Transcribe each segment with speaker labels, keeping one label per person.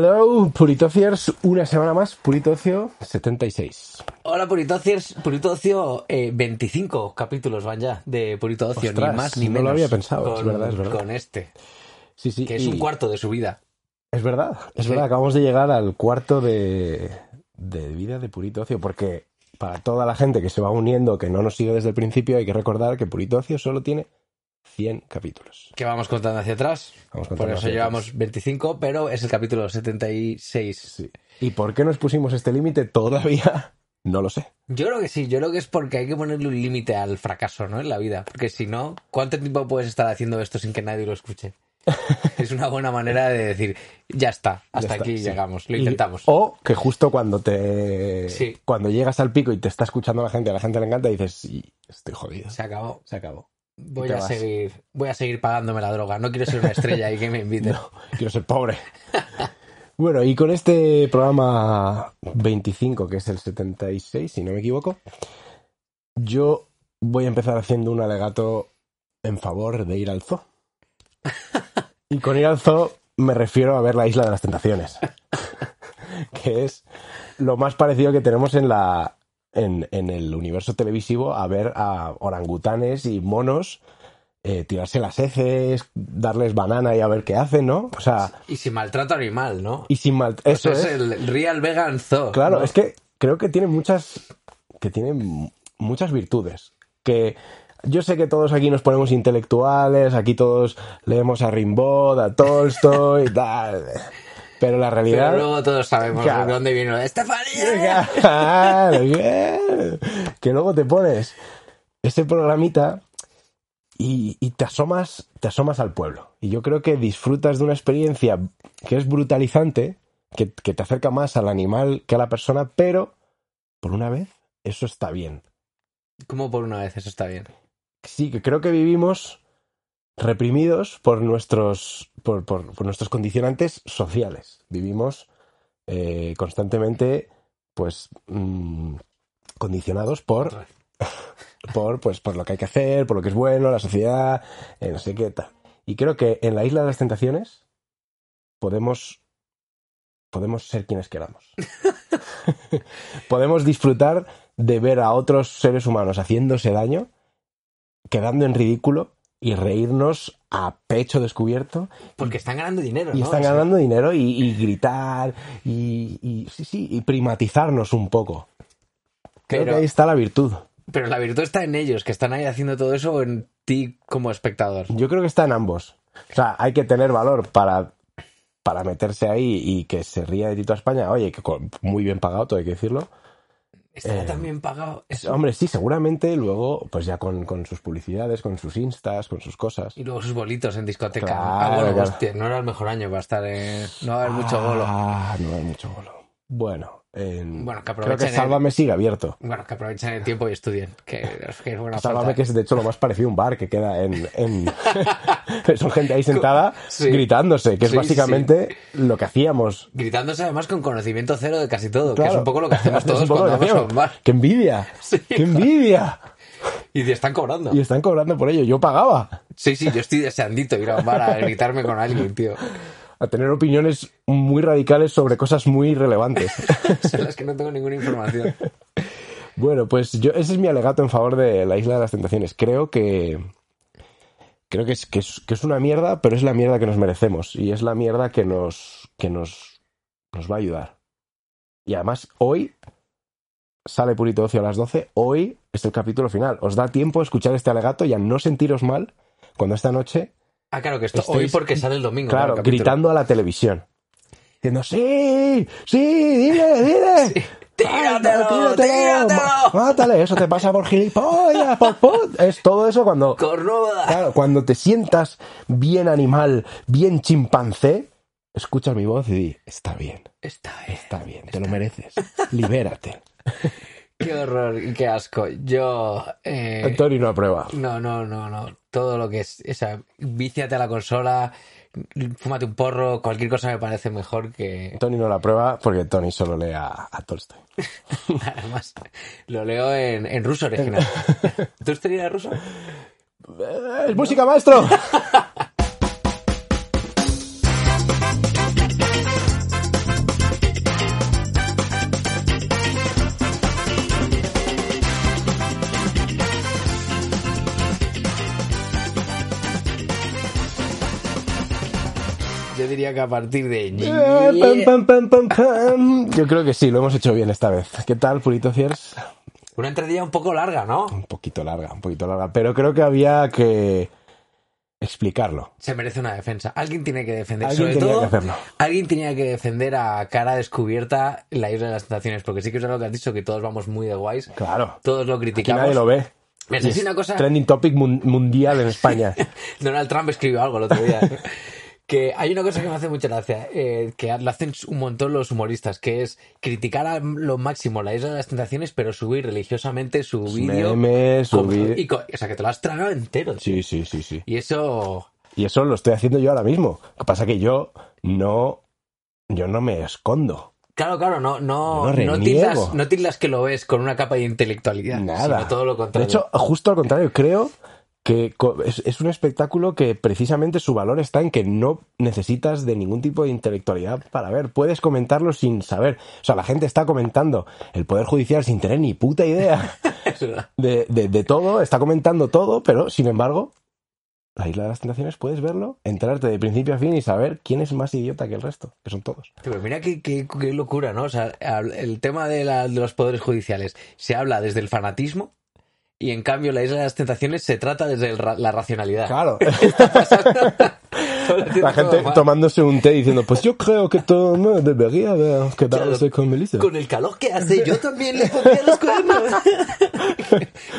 Speaker 1: Hello, Puritociers, una semana más, Puritocio 76.
Speaker 2: Hola Puritociers, Puritocio, eh, 25 capítulos van ya de Puritocio, ni
Speaker 1: Ostras,
Speaker 2: más ni
Speaker 1: no lo
Speaker 2: menos.
Speaker 1: había pensado, es
Speaker 2: con,
Speaker 1: verdad, es verdad.
Speaker 2: con este,
Speaker 1: Sí, sí.
Speaker 2: que es
Speaker 1: y-
Speaker 2: un cuarto de su vida.
Speaker 1: Es verdad, es
Speaker 2: Sí.
Speaker 1: verdad, acabamos de llegar al cuarto de, de vida de Purito Ocio, porque para toda la gente que se va uniendo, que no nos sigue desde el principio, hay que recordar que Purito Ocio solo tiene 100 capítulos.
Speaker 2: Que vamos contando hacia atrás.
Speaker 1: Vamos
Speaker 2: Por
Speaker 1: contando
Speaker 2: eso
Speaker 1: hacia
Speaker 2: llevamos 25, pero es el capítulo 76.
Speaker 1: Sí. ¿Y por qué nos pusimos este límite todavía? No lo sé.
Speaker 2: Yo creo que sí, yo creo que es porque hay que ponerle un límite al fracaso, ¿no? En la vida. Porque si no, ¿cuánto tiempo puedes estar haciendo esto sin que nadie lo escuche? es una buena manera de decir, ya está, hasta
Speaker 1: Ya está,
Speaker 2: aquí
Speaker 1: sí.
Speaker 2: llegamos, lo
Speaker 1: Y-
Speaker 2: intentamos.
Speaker 1: o que justo cuando te
Speaker 2: Sí.
Speaker 1: cuando llegas al pico y te está escuchando la gente, a la gente le encanta, dices, "Y estoy jodido.
Speaker 2: Se acabó.
Speaker 1: Se acabó.
Speaker 2: Voy
Speaker 1: te
Speaker 2: a
Speaker 1: vas.
Speaker 2: seguir, voy a seguir pagándome la droga. No quiero ser una estrella y que me inviten.
Speaker 1: No, quiero ser pobre. Bueno, y con este programa 25, que es el 76, si no me equivoco, yo voy a empezar haciendo un alegato en favor de ir al zoo. Y con ir al zoo me refiero a ver la Isla de las Tentaciones, que es lo más parecido que tenemos en la en, en el universo televisivo a ver a orangutanes y monos eh, tirarse las heces, darles banana y a ver qué hacen, ¿no? O sea,
Speaker 2: Y si maltrato animal, ¿no?
Speaker 1: y sin mal... Eso
Speaker 2: Eso
Speaker 1: es,
Speaker 2: Pues es el Real Vegan Zoo.
Speaker 1: claro,
Speaker 2: ¿no?
Speaker 1: es que creo que tiene muchas que tiene mu- muchas virtudes que yo sé que todos aquí nos ponemos intelectuales, aquí todos leemos a Rimbaud, a Tolstoy, tal, pero la
Speaker 2: Pero
Speaker 1: realidad
Speaker 2: luego todos sabemos
Speaker 1: Claro.
Speaker 2: de dónde viene lo de Estefanía.
Speaker 1: Claro, bien. que luego te pones este programita y, y te asomas, te asomas al pueblo. Y yo creo que disfrutas de una experiencia que es brutalizante, que, que te acerca más al animal que a la persona, pero por una vez eso está bien.
Speaker 2: Como por una vez, eso está bien.
Speaker 1: Sí, que creo que vivimos reprimidos por nuestros, por, por- por nuestros condicionantes sociales. Vivimos eh, constantemente, pues, mm, condicionados por, por, pues, por lo que hay que hacer, por lo que es bueno, la sociedad, eh, no sé qué tal. Y creo que en la isla de las tentaciones podemos, podemos ser quienes queramos. podemos disfrutar de ver a otros seres humanos haciéndose daño, quedando en ridículo y reírnos a pecho descubierto
Speaker 2: Porque están ganando dinero,
Speaker 1: y
Speaker 2: ¿no?
Speaker 1: están
Speaker 2: O sea,
Speaker 1: ganando dinero y, y gritar y, y- sí, sí, y primatizarnos un poco. Creo
Speaker 2: Pero-
Speaker 1: que ahí está la virtud.
Speaker 2: Pero la virtud está en ellos, que están ahí haciendo todo eso o en ti como espectador.
Speaker 1: Yo creo que está en ambos. O sea, hay que tener valor para, para meterse ahí y que se ría de Tito España. Oye, que con- muy bien pagado, todo hay que decirlo.
Speaker 2: Está
Speaker 1: Eh,
Speaker 2: tan bien pagado. eso.
Speaker 1: Hombre, sí, seguramente luego, pues ya con, con sus publicidades, con sus instas, con sus cosas.
Speaker 2: Y luego sus bolitos en discoteca.
Speaker 1: Claro,
Speaker 2: ah, bueno,
Speaker 1: claro.
Speaker 2: hostia, no era el mejor año para estar en... No va a haber mucho bolo.
Speaker 1: Ah, no hay mucho bolo. Bueno, en-
Speaker 2: Bueno, que
Speaker 1: creo que
Speaker 2: aprovechen el-
Speaker 1: Sálvame sigue abierto.
Speaker 2: Bueno, que aprovechen el tiempo y estudien. Que, que es buena
Speaker 1: Sálvame
Speaker 2: falta.
Speaker 1: que es de hecho lo más parecido a un bar que queda en... en- Son gente ahí sentada
Speaker 2: Sí.
Speaker 1: gritándose, que es
Speaker 2: Sí, sí.
Speaker 1: básicamente lo que hacíamos
Speaker 2: Gritándose además con conocimiento cero de casi todo, que es
Speaker 1: Claro.
Speaker 2: un poco lo que hacemos
Speaker 1: Es un
Speaker 2: todos
Speaker 1: poco
Speaker 2: cuando
Speaker 1: lo que
Speaker 2: vamos a un
Speaker 1: hacemos.
Speaker 2: bar.
Speaker 1: ¡Qué envidia!
Speaker 2: Sí.
Speaker 1: ¡Qué envidia!
Speaker 2: Y te están cobrando.
Speaker 1: Y están cobrando por ello. Yo pagaba
Speaker 2: Sí, sí, yo estoy deseandito ir a un bar a gritarme con alguien, tío.
Speaker 1: a tener opiniones muy radicales sobre cosas muy relevantes.
Speaker 2: Son las que no tengo ninguna información.
Speaker 1: bueno, pues yo ese es mi alegato en favor de la Isla de las Tentaciones. Creo que creo que es, que es, que es una mierda, pero es la mierda que nos merecemos y es la mierda que nos que nos nos va a ayudar. Y además hoy sale Purito Ocio a las 12, hoy es el capítulo final. Os da tiempo a escuchar este alegato y a no sentiros mal cuando esta noche
Speaker 2: Ah, claro, que esto
Speaker 1: Estáis-
Speaker 2: hoy porque sale el domingo.
Speaker 1: Claro,
Speaker 2: ¿no? el capítulo.
Speaker 1: gritando a la televisión. Diciendo, sí, sí, dile, dile.
Speaker 2: ¡Tíratelo, tíratelo!
Speaker 1: ma- Mátale, eso te pasa por gilipollas, por put-". Es todo eso cuando,
Speaker 2: ¡Cornuda!
Speaker 1: claro, cuando te sientas bien animal, bien chimpancé, escuchas mi voz y di, está bien,
Speaker 2: Está bien.
Speaker 1: está bien, te lo mereces, libérate.
Speaker 2: Qué horror y qué asco. Yo... eh,
Speaker 1: Antonio no aprueba.
Speaker 2: No, no, no, no. Todo lo que es esa... Víciate a la consola, fúmate un porro, cualquier cosa me parece mejor que...
Speaker 1: Tony no la aprueba porque Tony solo lee a, a Tolstoy.
Speaker 2: Además, lo leo en, en ruso original. ¿Tú estudias ruso?
Speaker 1: ¡Es música, maestro!
Speaker 2: diría que a partir de...
Speaker 1: Eh, pam, pam, pam, pam, pam. Yo creo que sí, lo hemos hecho bien esta vez. ¿Qué tal, Purito Ciers?
Speaker 2: Una entradilla un poco larga, ¿no?
Speaker 1: Un poquito larga, un poquito larga, pero creo que había que explicarlo.
Speaker 2: Se merece una defensa. Alguien tiene que defender.
Speaker 1: Alguien
Speaker 2: Sobre
Speaker 1: tenía
Speaker 2: todo,
Speaker 1: que hacerlo.
Speaker 2: alguien tenía que defender a cara descubierta la isla de las tentaciones, porque sí que es algo que has dicho, que todos vamos muy de guays,
Speaker 1: Claro.
Speaker 2: todos lo
Speaker 1: Que nadie
Speaker 2: criticamos.
Speaker 1: lo ve.
Speaker 2: Mira,
Speaker 1: Y
Speaker 2: si es
Speaker 1: es
Speaker 2: una cosa-
Speaker 1: Trending topic mun- mundial en España.
Speaker 2: Donald Trump escribió algo el otro día. ¿eh? que hay una cosa que me hace mucha gracia, eh, que lo hacen un montón los humoristas, que es criticar a lo máximo la isla de las tentaciones, pero subir religiosamente su vídeo.
Speaker 1: Memes,
Speaker 2: con-
Speaker 1: subir-
Speaker 2: y co- o sea, que te lo has tragado entero.
Speaker 1: Sí, sí, sí, sí.
Speaker 2: Y eso...
Speaker 1: Y eso lo estoy haciendo yo ahora mismo. Lo que pasa es que yo no. Yo no me escondo.
Speaker 2: Claro, claro, no, no,
Speaker 1: Yo no
Speaker 2: no,
Speaker 1: reniego.
Speaker 2: tildas, no tildas que lo ves con una capa de intelectualidad,
Speaker 1: Nada.
Speaker 2: sino todo lo
Speaker 1: De
Speaker 2: contrario.
Speaker 1: hecho, justo al contrario, creo que co- es, es un espectáculo que precisamente su valor está en que no necesitas de ningún tipo de intelectualidad para ver. Puedes comentarlo sin saber. O sea, la gente está comentando el Poder Judicial sin tener ni puta idea
Speaker 2: Es verdad.
Speaker 1: de, de- de todo, está comentando todo, pero sin embargo, la Isla de las Tentaciones puedes verlo, enterarte de principio a fin y saber quién es más idiota que el resto, que son todos.
Speaker 2: Pero mira qué, qué- qué locura, ¿no? O sea, hab- el tema de, la- de los poderes judiciales se habla desde el fanatismo y en cambio la isla de las tentaciones se trata desde el ra- la racionalidad.
Speaker 1: Claro.
Speaker 2: Todo lo
Speaker 1: La
Speaker 2: tiene
Speaker 1: gente
Speaker 2: todo mal.
Speaker 1: tomándose un té diciendo, pues yo creo que todo no debería haber quedado
Speaker 2: Claro.
Speaker 1: con Melissa.
Speaker 2: Con el calor que hace, yo también le pondría los cuernos.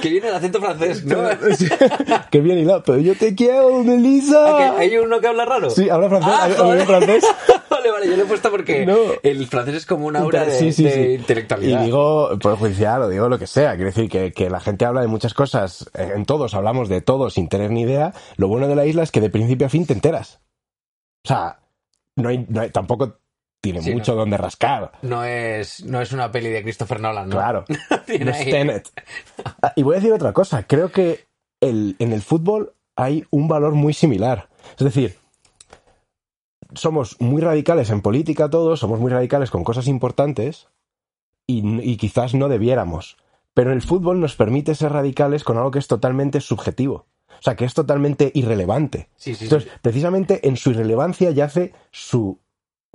Speaker 2: que viene el acento francés, ¿no?
Speaker 1: que bien hilado, pero yo te quiero,
Speaker 2: ¿A
Speaker 1: Melissa.
Speaker 2: Ah, que ¿Hay uno que habla raro?
Speaker 1: Sí, habla francés,
Speaker 2: Ah,
Speaker 1: habla
Speaker 2: joder.
Speaker 1: bien francés.
Speaker 2: vale, vale, yo le he puesto porque
Speaker 1: No.
Speaker 2: el francés es como una aura de,
Speaker 1: Sí, sí,
Speaker 2: de
Speaker 1: sí.
Speaker 2: intelectualidad.
Speaker 1: Y digo, por judicial, o digo lo que sea. Quiero decir que, que la gente habla de muchas cosas, eh, en todos hablamos de todo sin tener ni idea. Lo bueno de la isla es que de principio a fin te enteras. O sea, no hay, no hay- tampoco tiene
Speaker 2: Sí,
Speaker 1: mucho donde rascar.
Speaker 2: No es, no es una peli de Christopher Nolan, ¿no?
Speaker 1: Claro.
Speaker 2: Tiene
Speaker 1: No
Speaker 2: ahí-
Speaker 1: es Tenet. Ah, Y voy a decir otra cosa. Creo que el- en el fútbol hay un valor muy similar. Es decir, somos muy radicales en política todos, somos muy radicales con cosas importantes y, n- y quizás no debiéramos. Pero el fútbol nos permite ser radicales con algo que es totalmente subjetivo. O sea, que es totalmente irrelevante.
Speaker 2: Sí, sí, sí.
Speaker 1: Entonces, precisamente en su irrelevancia yace su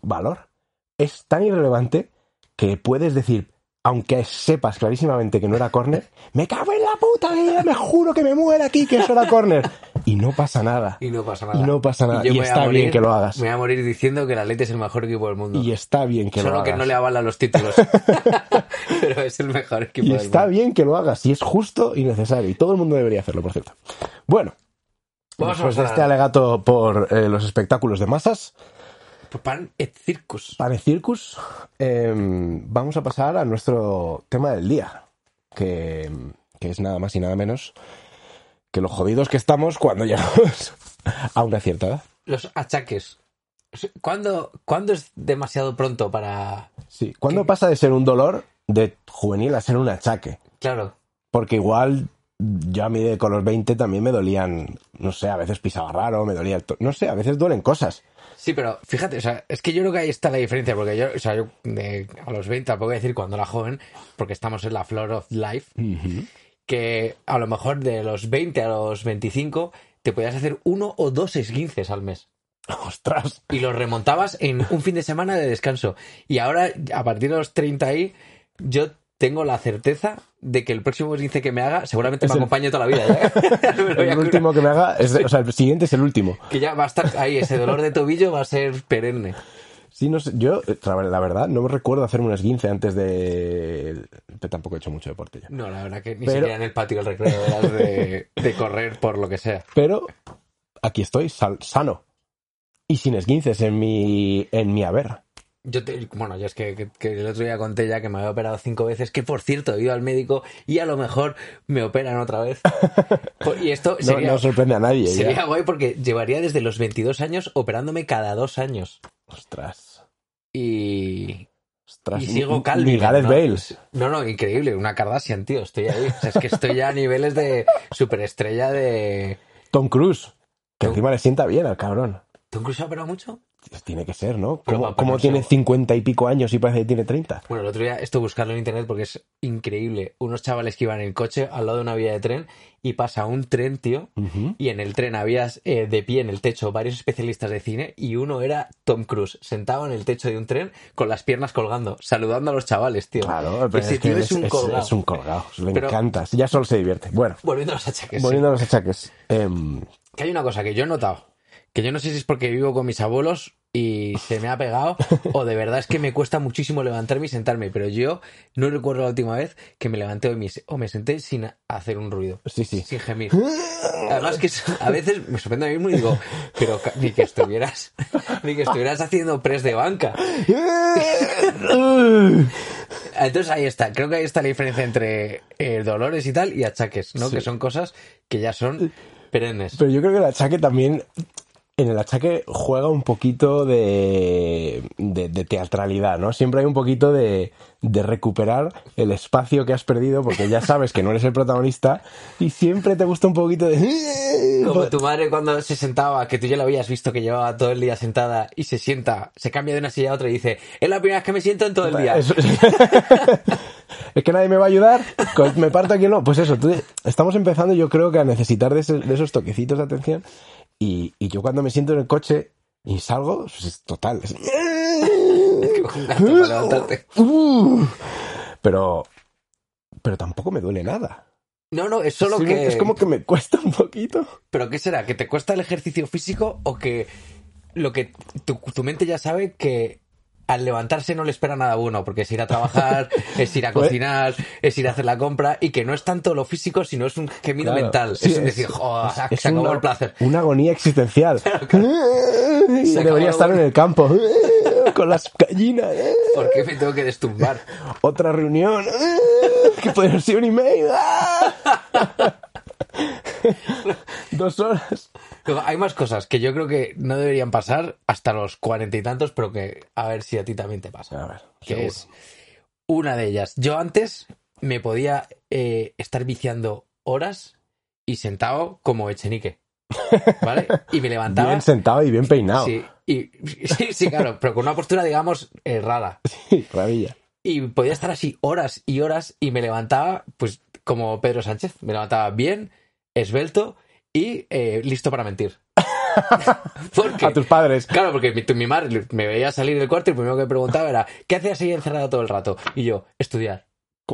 Speaker 1: valor. Es tan irrelevante que puedes decir, aunque sepas clarísimamente que no era córner, me cago en la puta vida, me juro que me muera aquí que eso era córner. Y no pasa nada.
Speaker 2: Y no pasa nada.
Speaker 1: Y no pasa nada.
Speaker 2: yo
Speaker 1: Y
Speaker 2: me voy a
Speaker 1: está
Speaker 2: morir-
Speaker 1: bien que lo hagas.
Speaker 2: Me voy a morir diciendo que la Atleti es el mejor equipo del mundo.
Speaker 1: Y está bien que lo
Speaker 2: Solo
Speaker 1: hagas.
Speaker 2: que no le avala los títulos. Pero es el mejor equipo
Speaker 1: Y
Speaker 2: del
Speaker 1: está
Speaker 2: mundo.
Speaker 1: bien que lo hagas, y es justo y necesario. Y todo el mundo debería hacerlo, por cierto. Bueno,
Speaker 2: Vamos a
Speaker 1: después de
Speaker 2: pasar
Speaker 1: este
Speaker 2: a-
Speaker 1: alegato por eh, los espectáculos de masas,
Speaker 2: Pan et Circus.
Speaker 1: Pane Circus, em, vamos a pasar a nuestro tema del día, que, que es nada más y nada menos que los jodidos que estamos cuando llegamos a una cierta edad.
Speaker 2: Los achaques. O sea, ¿Cuándo, ¿Cuándo es demasiado pronto para...?
Speaker 1: Sí. ¿Cuándo pasa de ser un dolor de juvenil a ser un achaque?
Speaker 2: Claro.
Speaker 1: Porque igual yo a mí de con los 20 también me dolían, no sé, a veces pisaba raro, me dolía el to- no sé, a veces duelen cosas.
Speaker 2: Sí, pero fíjate, o sea, es que yo creo que ahí está la diferencia, porque yo, o sea, yo de- a los 20 tampoco voy a decir cuando era joven, porque estamos en la flor of life, que a lo mejor de los 20 a los 25 te podías hacer uno o dos esguinces al mes.
Speaker 1: Ostras,
Speaker 2: Y los remontabas en un fin de semana de descanso. Y ahora, a partir de los 30 ahí, yo tengo la certeza de que el próximo esguince que me haga seguramente me
Speaker 1: el-
Speaker 2: acompañe toda la vida. ya. Me lo voy
Speaker 1: el
Speaker 2: a curar.
Speaker 1: último que me haga, es- o sea, el siguiente es el último.
Speaker 2: Que ya va a estar ahí, ese dolor de tobillo va a ser perenne.
Speaker 1: Sí, no sé, yo, eh, la ver- la verdad, no recuerdo hacerme un esguince antes de... pero Tampoco he hecho mucho deporte yo.
Speaker 2: No, la verdad que ni
Speaker 1: Pero-
Speaker 2: siquiera en el patio del recreo eras de, de correr por lo que sea.
Speaker 1: Pero aquí estoy, sal- sano. Y sin esguinces en mi, en mi haber.
Speaker 2: Yo te- bueno, yo es que, que- que el otro día conté ya que me había operado cinco veces, que por cierto, he ido al médico y a lo mejor me operan otra vez. Por- Y esto
Speaker 1: No,
Speaker 2: sería,
Speaker 1: no sorprende a nadie. ya.
Speaker 2: sería guay porque llevaría desde los 22 años operándome cada dos años.
Speaker 1: Ostras.
Speaker 2: Y,
Speaker 1: Ostras.
Speaker 2: y
Speaker 1: ni-
Speaker 2: sigo
Speaker 1: ni-
Speaker 2: calvo.
Speaker 1: Ni Gareth
Speaker 2: ¿no?
Speaker 1: Bale.
Speaker 2: No, no, increíble, una Kardashian, tío, estoy ahí. O sea, es que estoy ya a niveles de superestrella de...
Speaker 1: Tom Cruise. Que
Speaker 2: Tom-
Speaker 1: encima le sienta bien al cabrón.
Speaker 2: ¿Tom Cruise ha operado mucho?
Speaker 1: tiene que ser, ¿no?
Speaker 2: Pero
Speaker 1: ¿Cómo,
Speaker 2: va, pero
Speaker 1: cómo
Speaker 2: no
Speaker 1: tiene
Speaker 2: sé.
Speaker 1: 50 y pico años y parece que tiene 30?
Speaker 2: Bueno, el otro día esto buscarlo en internet porque es increíble. Unos chavales que iban en el coche al lado de una vía de tren y pasa un tren, tío.
Speaker 1: Ujú.
Speaker 2: Y en el tren había eh, de pie en el techo varios especialistas de cine y uno era Tom Cruise, sentado en el techo de un tren con las piernas colgando, saludando a los chavales, tío.
Speaker 1: Claro, pero
Speaker 2: Ese
Speaker 1: es que
Speaker 2: tío es,
Speaker 1: es-
Speaker 2: un
Speaker 1: es-
Speaker 2: colgado.
Speaker 1: es un colgado, le
Speaker 2: Pero-
Speaker 1: encanta, ya solo se divierte. Bueno,
Speaker 2: Volviendo a los achaques. sí.
Speaker 1: volviendo a los achaques. em,
Speaker 2: Que hay una cosa que yo he notado, que yo no sé si es porque vivo con mis abuelos y se me ha pegado, o de verdad es que me cuesta muchísimo levantarme y sentarme, pero yo no recuerdo la última vez que me levanté o me, o me senté sin hacer un ruido,
Speaker 1: sí, sí.
Speaker 2: sin gemir. Además que es- a veces me sorprende a mí mismo y digo, pero ca- ni que estuvieras, ni que estuvieras haciendo press de banca. Entonces ahí está, creo que ahí está la diferencia entre eh, dolores y tal y achaques, ¿no?
Speaker 1: Sí.
Speaker 2: Que son cosas que ya son perennes.
Speaker 1: Pero yo creo que el achaque también. En el achaque juega un poquito de, de, de teatralidad, ¿no? Siempre hay un poquito de, de recuperar el espacio que has perdido porque ya sabes que no eres el protagonista y siempre te gusta un poquito de...
Speaker 2: Como tu madre cuando se sentaba, que tú ya la habías visto que llevaba todo el día sentada y se sienta, se cambia de una silla a otra y dice, es la primera vez que me siento en todo el día.
Speaker 1: Eso- es que nadie me va a ayudar, con- me parto aquí no. Pues eso, tú- estamos empezando yo creo que a necesitar de, ese- de esos toquecitos de atención y, y yo cuando me siento en el coche y salgo, pues es total. es-
Speaker 2: Un gato
Speaker 1: ¿Eh?
Speaker 2: para levantarte.
Speaker 1: Uh, pero, pero tampoco me duele nada.
Speaker 2: No, no, es solo
Speaker 1: Sí,
Speaker 2: que...
Speaker 1: Es como que me cuesta un poquito.
Speaker 2: ¿Pero qué será? ¿Que te cuesta el ejercicio físico o que lo que tu, tu mente ya sabe que al levantarse no le espera nada bueno? Porque es ir a trabajar, es ir a
Speaker 1: Pues-
Speaker 2: cocinar, es ir a hacer la compra y que no es tanto lo físico, sino es un gemido
Speaker 1: Claro,
Speaker 2: mental.
Speaker 1: sí,
Speaker 2: es un
Speaker 1: es-
Speaker 2: decir, "Joder, se
Speaker 1: una,
Speaker 2: acabó el placer.
Speaker 1: Una agonía existencial. Y
Speaker 2: Se acabó
Speaker 1: debería
Speaker 2: la
Speaker 1: estar en
Speaker 2: agonía.
Speaker 1: el campo con las gallinas.
Speaker 2: ¿Por qué me tengo que destumbar?
Speaker 1: Otra reunión. Que podría ser un email. Dos horas.
Speaker 2: Luego, Hay más cosas que yo creo que no deberían pasar hasta los cuarenta y tantos, pero que a ver si a ti también te pasa.
Speaker 1: A ver,
Speaker 2: que es
Speaker 1: seguro.
Speaker 2: una de ellas. Yo antes me podía eh, estar viciando horas y sentado como Echenique. ¿Vale? Y me levantaba.
Speaker 1: Bien sentado y bien peinado.
Speaker 2: sí, y- sí, sí, claro, pero con una postura, digamos, eh, rara.
Speaker 1: Maravilla.
Speaker 2: Y podía estar así horas y horas y me levantaba, pues, como Pedro Sánchez. Me levantaba bien, esbelto y eh, listo para mentir. Porque,
Speaker 1: A tus padres.
Speaker 2: Claro, porque mi, tu- mi madre me veía salir del cuarto y lo primero que me preguntaba era, ¿qué hacías ahí encerrado todo el rato? Y yo, estudiar.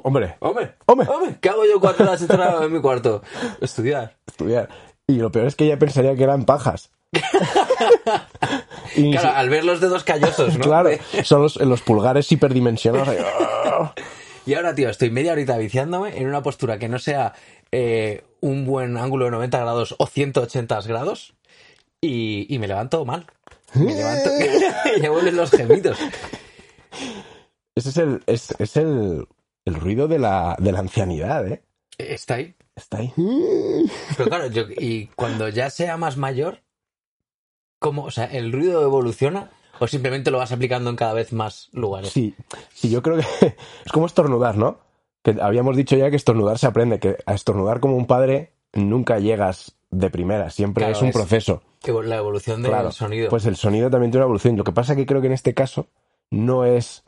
Speaker 1: Hombre,
Speaker 2: Hombre,
Speaker 1: hombre.
Speaker 2: ¿qué hago yo cuatro horas encerrado en mi cuarto? Estudiar.
Speaker 1: estudiar. Y lo peor es que ella pensaría que eran pajas. Y
Speaker 2: Claro, al ver los dedos callosos,
Speaker 1: sí,
Speaker 2: ¿no?
Speaker 1: claro,
Speaker 2: De-
Speaker 1: son los, los pulgares hiperdimensionados. ahí.
Speaker 2: Y ahora, tío, estoy media horita viciándome en una postura que no sea eh, un buen ángulo de 90 grados o 180 grados y, y me levanto mal. Me levanto
Speaker 1: Eh.
Speaker 2: y me vuelven los gemidos.
Speaker 1: Ese es el, es, es el, el ruido de la, de la ancianidad, ¿eh?
Speaker 2: Está ahí.
Speaker 1: Está ahí.
Speaker 2: Eh. Pero claro, yo- y cuando ya sea más mayor, ¿cómo? O sea, ¿el ruido evoluciona o simplemente lo vas aplicando en cada vez más lugares?
Speaker 1: Sí, sí, yo creo que es como estornudar, ¿no? Que habíamos dicho ya que estornudar se aprende, que a estornudar como un padre nunca llegas de primera, siempre
Speaker 2: Claro,
Speaker 1: es un
Speaker 2: es-
Speaker 1: proceso.
Speaker 2: Evo- La evolución del
Speaker 1: Claro,
Speaker 2: sonido.
Speaker 1: Pues el sonido también tiene una evolución. Lo que pasa que creo que en este caso no es.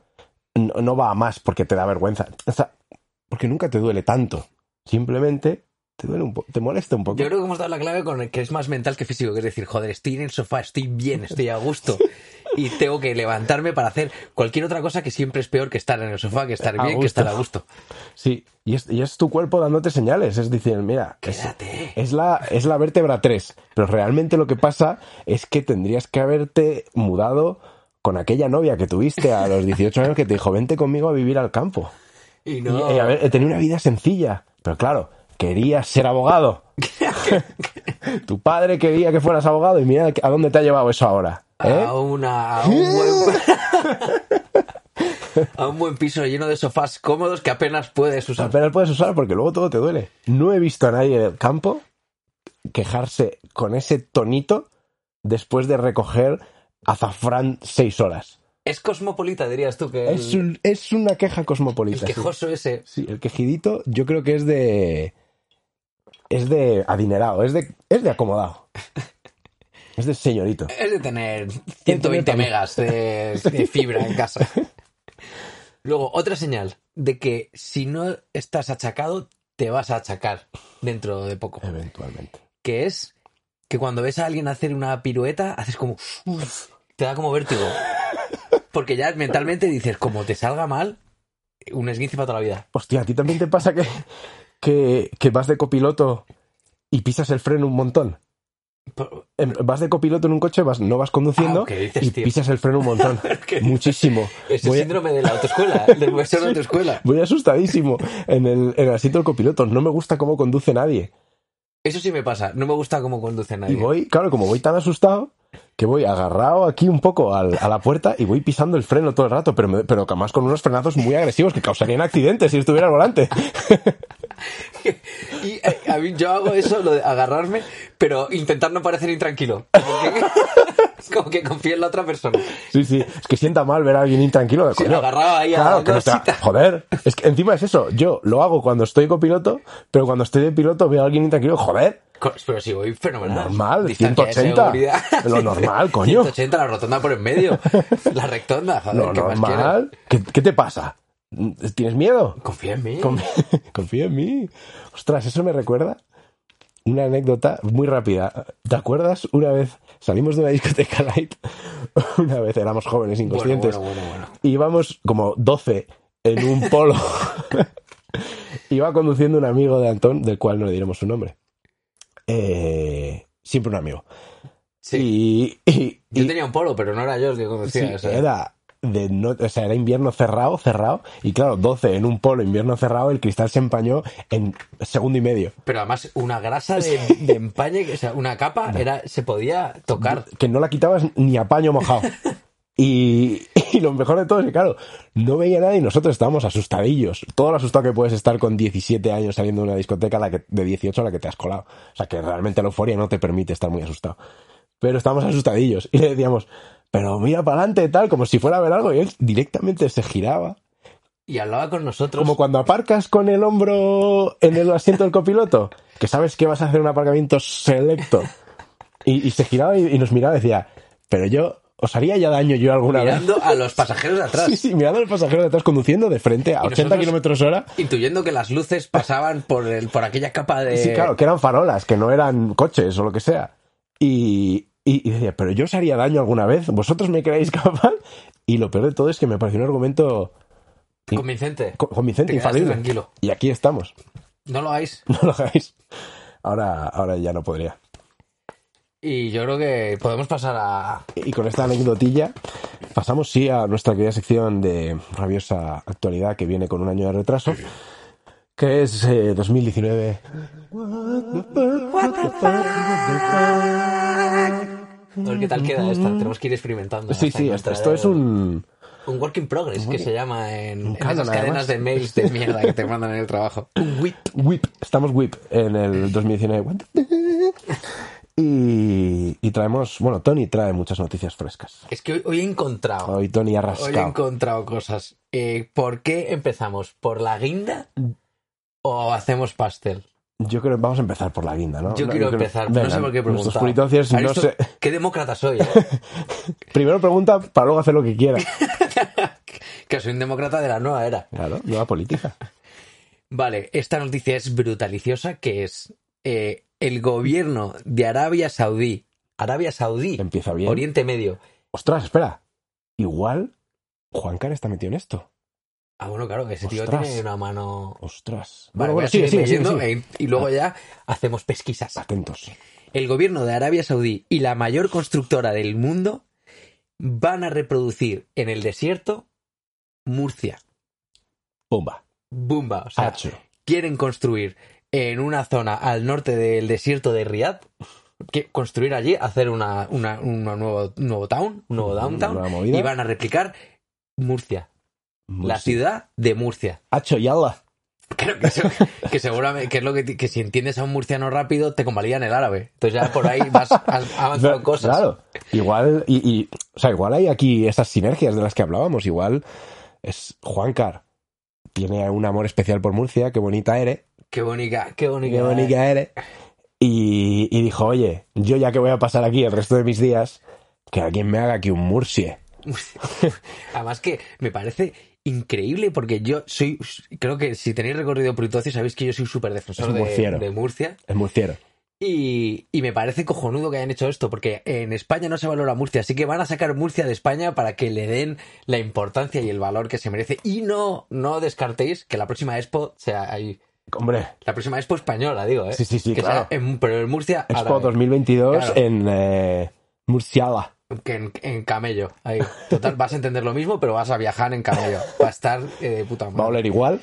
Speaker 1: No, no va a más porque te da vergüenza. O sea, porque nunca te duele tanto. Simplemente te duele un po- te molesta un poco.
Speaker 2: Yo creo que hemos dado la clave con el que es más mental que físico, que es decir, joder, estoy en el sofá, estoy bien, estoy a gusto y tengo que levantarme para hacer cualquier otra cosa que siempre es peor que estar en el sofá, que estar
Speaker 1: A
Speaker 2: bien,
Speaker 1: gusto.
Speaker 2: que estar a gusto.
Speaker 1: Sí, y es, y es tu cuerpo dándote señales. Es decir, mira, es,
Speaker 2: Quédate.
Speaker 1: es la, es la vértebra 3. Pero realmente lo que pasa es que tendrías que haberte mudado con aquella novia que tuviste a los 18 años que te dijo, vente conmigo a vivir al campo.
Speaker 2: Y
Speaker 1: Y,
Speaker 2: no.
Speaker 1: eh, a ver, he tenido una vida sencilla. Pero claro, querías ser abogado. tu padre quería que fueras abogado y mira a dónde te ha llevado eso ahora. ¿eh?
Speaker 2: A, una, a, un buen, a un buen piso lleno de sofás cómodos que apenas puedes
Speaker 1: O sea,
Speaker 2: usar.
Speaker 1: apenas puedes usar porque luego todo te duele. No he visto a nadie del campo quejarse con ese tonito después de recoger azafrán seis horas.
Speaker 2: Es cosmopolita, dirías tú, que
Speaker 1: Es,
Speaker 2: el,
Speaker 1: un- es una queja
Speaker 2: el
Speaker 1: cosmopolita. sí.
Speaker 2: quejoso ese.
Speaker 1: Sí, el quejidito yo creo que es de... Es de adinerado, es de, es de acomodado. Es de señorito.
Speaker 2: Es de tener
Speaker 1: tener
Speaker 2: 120
Speaker 1: también.
Speaker 2: megas de, de fibra en casa. Luego, otra señal de que si no estás achacado, te vas a achacar dentro de poco.
Speaker 1: Eventualmente.
Speaker 2: Que es que cuando ves a alguien hacer una pirueta, haces como... "Uf", te da como vértigo. Porque ya mentalmente dices, como te salga mal, un esguince para toda la vida.
Speaker 1: Hostia, ¿a ti también te pasa que, que, que vas de copiloto y pisas el freno un montón?
Speaker 2: Por-
Speaker 1: En- Vas de copiloto en un coche, vas, no vas conduciendo
Speaker 2: Ah, ¿qué dices,
Speaker 1: y
Speaker 2: tío?
Speaker 1: pisas el freno un montón. Muchísimo.
Speaker 2: Es el
Speaker 1: Voy a-
Speaker 2: síndrome de la autoescuela, del profesor de autoescuela.
Speaker 1: Voy asustadísimo en el, en el asiento del copiloto. No me gusta cómo conduce nadie.
Speaker 2: Eso sí me pasa, no me gusta cómo conduce nadie.
Speaker 1: Y voy, claro, como voy tan asustado, que voy agarrado aquí un poco al- a la puerta y voy pisando el freno todo el rato, pero, me- pero además con unos frenazos muy agresivos que causarían accidentes si estuviera al volante.
Speaker 2: Y eh, a mí yo hago eso, lo de agarrarme, pero intentar no parecer intranquilo. Como que, es como que confío en la otra persona.
Speaker 1: Sí, sí, es que sienta mal ver a alguien intranquilo. de
Speaker 2: Sí,
Speaker 1: coño.
Speaker 2: agarrado ahí a la
Speaker 1: que no está-
Speaker 2: cosita.
Speaker 1: Joder, es que encima es eso. Yo lo hago cuando estoy copiloto, pero cuando estoy de piloto veo a alguien intranquilo. Joder,
Speaker 2: Co- Pero si voy fenomenal.
Speaker 1: Normal,
Speaker 2: Distancia de
Speaker 1: 180.
Speaker 2: seguridad.
Speaker 1: Lo normal, coño.
Speaker 2: 180, la rotonda por en medio. La rectonda, joder,
Speaker 1: lo
Speaker 2: ¿qué más quieres?
Speaker 1: normal. ¿Qué, qué te pasa? ¿Tienes miedo?
Speaker 2: Confía en mí.
Speaker 1: Con- Confía en mí. Ostras, eso me recuerda una anécdota muy rápida. ¿Te acuerdas una vez salimos de una discoteca light? Una vez éramos jóvenes
Speaker 2: bueno,
Speaker 1: inconscientes.
Speaker 2: bueno, bueno, bueno.
Speaker 1: y Íbamos como 12 en un polo. Iba conduciendo un amigo de Antón, del cual no le diremos su nombre. Eh, siempre un amigo.
Speaker 2: Sí.
Speaker 1: Y, y-
Speaker 2: Yo
Speaker 1: y-
Speaker 2: tenía un polo, pero no era yo el que conducía.
Speaker 1: Sí,
Speaker 2: o sea,
Speaker 1: era de no- o sea, era invierno cerrado, cerrado, y claro, 12 en un polo invierno cerrado, el cristal se empañó en segundo y medio.
Speaker 2: Pero además, una grasa de, de empañe, que- o sea, una capa, era, se podía tocar.
Speaker 1: Que no la quitabas ni a paño mojado. Y, y lo mejor de todo es que, claro, no veía nada y nosotros estábamos asustadillos. Todo lo asustado que puedes estar con 17 años saliendo de una discoteca a la que, de 18 a la que te has colado. O sea, que realmente la euforia no te permite estar muy asustado. Pero estábamos asustadillos y le decíamos, pero mira para adelante, tal, como si fuera a ver algo. Y él directamente se giraba
Speaker 2: Y hablaba con nosotros.
Speaker 1: Como cuando aparcas con el hombro en el asiento del copiloto, que sabes que vas a hacer un aparcamiento selecto. Y, y se giraba y, y nos miraba y decía, pero yo, ¿os haría ya daño yo alguna vez?
Speaker 2: mirando a los pasajeros de atrás.
Speaker 1: Sí, sí, mirando al pasajero de atrás conduciendo de frente a
Speaker 2: Y
Speaker 1: 80
Speaker 2: nosotros-
Speaker 1: kilómetros hora.
Speaker 2: Intuyendo que las luces pasaban por, el, por aquella capa de...
Speaker 1: Sí, claro, que eran farolas, que no eran coches o lo que sea. Y, y- y decía, pero yo os haría daño alguna vez, vosotros me creéis capaz. Y lo peor de todo es que me pareció un argumento
Speaker 2: Convincente.
Speaker 1: co- convincente,
Speaker 2: Te quedaste
Speaker 1: infalible.
Speaker 2: tranquilo.
Speaker 1: Y aquí estamos.
Speaker 2: No lo hagáis.
Speaker 1: No lo hagáis. Ahora, ahora ya no podría.
Speaker 2: Y yo creo que podemos pasar a...
Speaker 1: Y con esta anecdotilla pasamos sí a nuestra querida sección de rabiosa actualidad que viene con un año de retraso, que es eh, 2019.
Speaker 2: A ver qué tal queda esta. Tenemos que ir experimentando.
Speaker 1: Sí,
Speaker 2: hasta
Speaker 1: sí, esto,
Speaker 2: encontrar
Speaker 1: esto es
Speaker 2: el-
Speaker 1: un...
Speaker 2: Un work in progress, que se llama en, en
Speaker 1: canon,
Speaker 2: esas
Speaker 1: además.
Speaker 2: cadenas de mails de mierda que te mandan en el trabajo. Un whip.
Speaker 1: Whip, estamos Whip en el 2019. What the fuck? Y, y traemos, bueno, Tony trae muchas noticias frescas.
Speaker 2: Es que hoy, hoy he encontrado...
Speaker 1: Hoy Tony ha
Speaker 2: Hoy he
Speaker 1: rascado.
Speaker 2: encontrado cosas. Eh, ¿Por qué empezamos? ¿Por la guinda
Speaker 1: Mm.
Speaker 2: o hacemos pastel?
Speaker 1: Yo creo que vamos a empezar por la guinda, ¿no?
Speaker 2: Yo
Speaker 1: No,
Speaker 2: quiero
Speaker 1: creo-
Speaker 2: empezar. no
Speaker 1: Venga,
Speaker 2: sé por qué
Speaker 1: Nuestros
Speaker 2: preguntar.
Speaker 1: puritancios no
Speaker 2: Aristo,
Speaker 1: sé...
Speaker 2: Qué demócrata soy, eh?
Speaker 1: Primero pregunta para luego hacer lo que quiera.
Speaker 2: que soy un demócrata de la nueva era.
Speaker 1: Claro, nueva política.
Speaker 2: Vale, esta noticia es brutaliciosa, que es eh, el gobierno de Arabia Saudí, Arabia Saudí,
Speaker 1: Empieza bien.
Speaker 2: Oriente Medio.
Speaker 1: Ostras, espera. Igual Juan Carlos está metido en esto.
Speaker 2: Ah, bueno, claro, que ese tío
Speaker 1: Ostras.
Speaker 2: tiene una mano.
Speaker 1: Ostras. Bueno,
Speaker 2: Vale, voy
Speaker 1: bueno,
Speaker 2: a
Speaker 1: sigue,
Speaker 2: seguir
Speaker 1: sigue, sigue,
Speaker 2: leyendo eh.
Speaker 1: sigue. Ah.
Speaker 2: e- y luego ya hacemos pesquisas.
Speaker 1: Atentos.
Speaker 2: el gobierno de Arabia Saudí y la mayor constructora del mundo van a reproducir en el desierto Murcia.
Speaker 1: Bomba.
Speaker 2: Bumba. O sea,
Speaker 1: Hacho.
Speaker 2: quieren construir en una zona al norte del desierto de Riad, que construir allí, hacer una, una, una nuevo, nuevo town, un nuevo
Speaker 1: Una nueva
Speaker 2: downtown,
Speaker 1: movida.
Speaker 2: y van a replicar Murcia, la
Speaker 1: Murcia.
Speaker 2: ciudad de Murcia.
Speaker 1: Hacho, yala.
Speaker 2: Creo que, eso- que seguramente que es lo que, ti- que si entiendes a un murciano rápido te convalidan el árabe. Entonces ya por ahí vas has avanzado
Speaker 1: Pero,
Speaker 2: cosas.
Speaker 1: Claro. Igual, y, y- o sea, igual hay aquí esas sinergias de las que hablábamos. Igual es Juan Car. Tiene un amor especial por Murcia. Qué bonita eres.
Speaker 2: Qué bonita, qué bonita.
Speaker 1: Qué bonita eres. Y, y dijo, oye, yo ya que voy a pasar aquí el resto de mis días, que alguien me haga aquí un Mursie.
Speaker 2: Además que me parece increíble porque yo soy, creo que si tenéis recorrido por Itocio sabéis que yo soy súper defensor
Speaker 1: Es un
Speaker 2: de,
Speaker 1: murciero.
Speaker 2: de Murcia
Speaker 1: Es murciero.
Speaker 2: y, y me parece cojonudo que hayan hecho esto porque en España no se valora Murcia, así que van a sacar Murcia de España para que le den la importancia y el valor que se merece y no, no descartéis que la próxima Expo sea ahí.
Speaker 1: Hombre,
Speaker 2: La próxima Expo española, digo, ¿eh?
Speaker 1: Sí, sí, sí,
Speaker 2: Que
Speaker 1: claro.
Speaker 2: sea en- pero en Murcia,
Speaker 1: Expo
Speaker 2: árabe.
Speaker 1: 2022
Speaker 2: eh, Claro.
Speaker 1: en eh, Murciala.
Speaker 2: Que en, en camello. Ahí. Total, vas a entender lo mismo, pero vas a viajar en camello. Va a estar eh, de puta
Speaker 1: Va a
Speaker 2: madre.
Speaker 1: oler igual,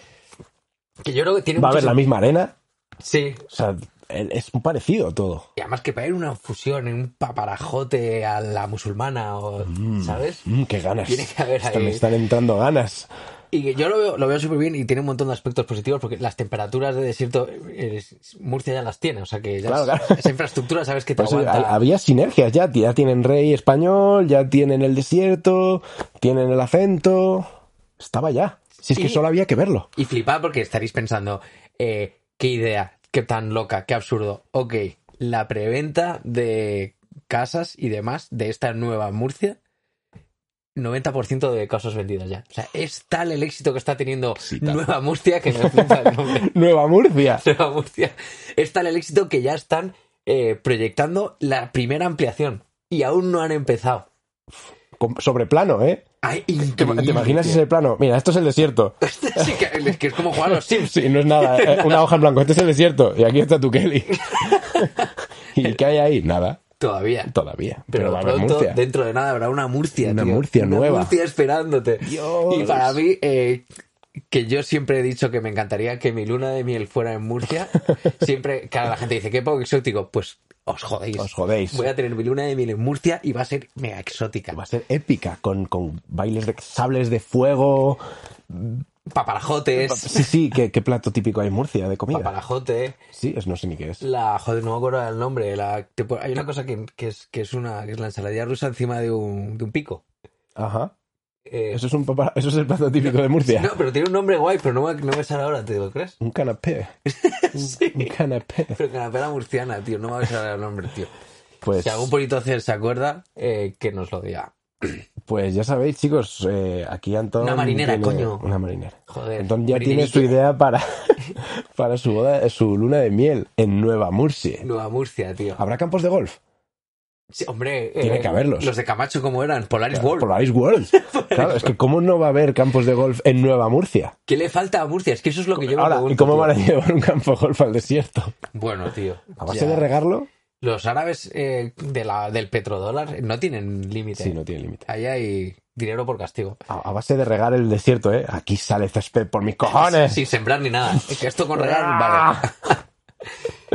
Speaker 2: Que yo creo que tiene
Speaker 1: va a haber
Speaker 2: mucho
Speaker 1: la misma arena.
Speaker 2: sen- Sí.
Speaker 1: O sea, el- es parecido todo.
Speaker 2: Y además que pegar una fusión en un paparajote a la musulmana o. ¿Sabes?
Speaker 1: Mm, ¡Qué ganas!
Speaker 2: Tiene que haber
Speaker 1: Hasta
Speaker 2: ahí.
Speaker 1: Me están entrando ganas.
Speaker 2: Y que yo lo veo, lo veo súper bien y tiene un montón de aspectos positivos porque las temperaturas de desierto, eh, es- Murcia ya las tiene. O sea que ya
Speaker 1: Claro,
Speaker 2: es-
Speaker 1: claro. Pues
Speaker 2: esa infraestructura sabes que te
Speaker 1: Por eso,
Speaker 2: aguanta.
Speaker 1: ha- había sinergias ya. Ya tienen rey español, ya tienen el desierto, tienen el acento. Estaba ya. Si es que
Speaker 2: Y-
Speaker 1: solo había que verlo.
Speaker 2: Y flipad porque estaréis pensando, eh, qué idea, qué tan loca, qué absurdo. Ok, la preventa de casas y demás de esta nueva Murcia, 90% de casas vendidas ya. O sea, es tal el éxito que está teniendo
Speaker 1: Sí, tal.
Speaker 2: Nueva Murcia que me flipa el nombre.
Speaker 1: Nueva Murcia.
Speaker 2: Nueva Murcia. Es tal el éxito que ya están eh, proyectando la primera ampliación y aún no han empezado.
Speaker 1: Con- Sobre plano, ¿eh?
Speaker 2: Ay,
Speaker 1: ¿Te,
Speaker 2: increíble,
Speaker 1: te imaginas
Speaker 2: tío.
Speaker 1: ese plano? Mira, esto es el desierto.
Speaker 2: Sí, que, es que es como jugar a los Sims.
Speaker 1: Sí, no es nada. eh, Una hoja en blanco. Este es el desierto. Y aquí está tu Kelly. ¿Y qué hay ahí? Nada.
Speaker 2: Todavía.
Speaker 1: Todavía. Pero,
Speaker 2: Pero,
Speaker 1: va a haber
Speaker 2: pronto,
Speaker 1: Murcia.
Speaker 2: dentro de nada, habrá una Murcia.
Speaker 1: Una
Speaker 2: tío.
Speaker 1: Murcia
Speaker 2: Una
Speaker 1: nueva.
Speaker 2: Murcia esperándote.
Speaker 1: Dios.
Speaker 2: Y para mí, eh, que yo siempre he dicho que me encantaría que mi luna de miel fuera en Murcia. siempre, claro, la gente dice, qué poco exótico. Pues os jodéis.
Speaker 1: Os jodéis.
Speaker 2: Voy a tener mi luna de miel en Murcia y va a ser mega exótica.
Speaker 1: Va a ser épica. Con, con bailes de sables de fuego.
Speaker 2: Paparajotes.
Speaker 1: Sí, sí. ¿Qué, qué plato típico hay en Murcia de comida?
Speaker 2: Paparajote.
Speaker 1: Sí, es, no sé ni qué es.
Speaker 2: La, joder, no me acuerdo del nombre. La, te pon- hay una cosa que, que es, que es una, que es la ensaladilla rusa encima de un, de un pico.
Speaker 1: Ajá.
Speaker 2: Eh,
Speaker 1: Eso es, un papá- eso es el plato típico de Murcia.
Speaker 2: no, pero tiene un nombre guay, pero no me, no me sale ahora, ¿te lo crees?
Speaker 1: Un canapé.
Speaker 2: Sí.
Speaker 1: Un canapé.
Speaker 2: Pero canapera murciana, tío, no me vais a dar el nombre, tío.
Speaker 1: Pues,
Speaker 2: Si algún bonito hacer se acuerda, eh, que nos lo diga.
Speaker 1: pues ya sabéis, chicos, eh, aquí Antón.
Speaker 2: Una marinera,
Speaker 1: tiene-
Speaker 2: coño.
Speaker 1: Una marinera.
Speaker 2: Joder.
Speaker 1: Antón ya tiene
Speaker 2: Brinerique,
Speaker 1: su idea para, para su boda, su luna de miel en Nueva Murcia.
Speaker 2: Nueva Murcia, tío.
Speaker 1: ¿Habrá campos de golf?
Speaker 2: Sí, hombre. eh,
Speaker 1: Ah, Tiene que haberlos.
Speaker 2: Los de Camacho, ¿cómo eran? Polaris World.
Speaker 1: Polaris World. Claro, es que ¿cómo no va a haber campos de golf en Nueva Murcia?
Speaker 2: ¿Qué le falta a Murcia? Es que eso es lo que yo me
Speaker 1: Ahora, ¿y
Speaker 2: pregunto,
Speaker 1: cómo
Speaker 2: tío.
Speaker 1: van a llevar un campo de golf al desierto?
Speaker 2: Bueno, tío.
Speaker 1: ¿A base
Speaker 2: ya.
Speaker 1: de regarlo?
Speaker 2: Los árabes eh, de la, del petrodólar no tienen límite.
Speaker 1: Sí, no tiene límite.
Speaker 2: Ahí hay dinero por castigo.
Speaker 1: A, a base de regar el desierto, ¿eh? Aquí sale césped por mis cojones.
Speaker 2: Sin sembrar ni nada. Es que esto con real, vale.
Speaker 1: Ah.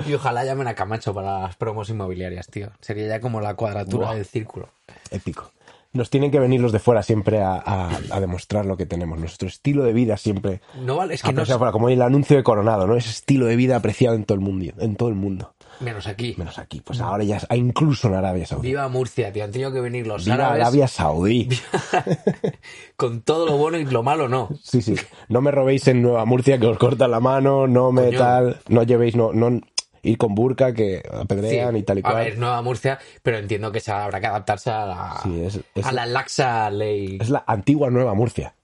Speaker 2: Y ojalá llamen a Camacho para las promos inmobiliarias, tío. Sería ya como la cuadratura
Speaker 1: Buah.
Speaker 2: del círculo.
Speaker 1: Épico. Nos tienen que venir los de fuera siempre a, a- a demostrar lo que tenemos. Nuestro estilo de vida siempre.
Speaker 2: No vale, es que no
Speaker 1: apreciado Ah, fuera, como el anuncio de Coronado, ¿no? Ese estilo de vida apreciado en todo el mundo. En todo el mundo.
Speaker 2: Menos aquí.
Speaker 1: Menos aquí. Pues ahora ya, incluso en Arabia Saudí.
Speaker 2: Viva Murcia, tío. Han tenido que venir los
Speaker 1: Viva
Speaker 2: árabes
Speaker 1: Arabia Saudí.
Speaker 2: con todo lo bueno y lo malo no.
Speaker 1: Sí, sí. No me robéis en Nueva Murcia que os cortan la mano, no me
Speaker 2: Coño.
Speaker 1: tal, no llevéis, no, no ir con burka que apedrean
Speaker 2: Sí.
Speaker 1: y tal y
Speaker 2: a
Speaker 1: cual.
Speaker 2: ver, Nueva Murcia, pero entiendo que se habrá que adaptarse a la,
Speaker 1: Sí, es, es-
Speaker 2: a la laxa ley.
Speaker 1: es la antigua Nueva Murcia.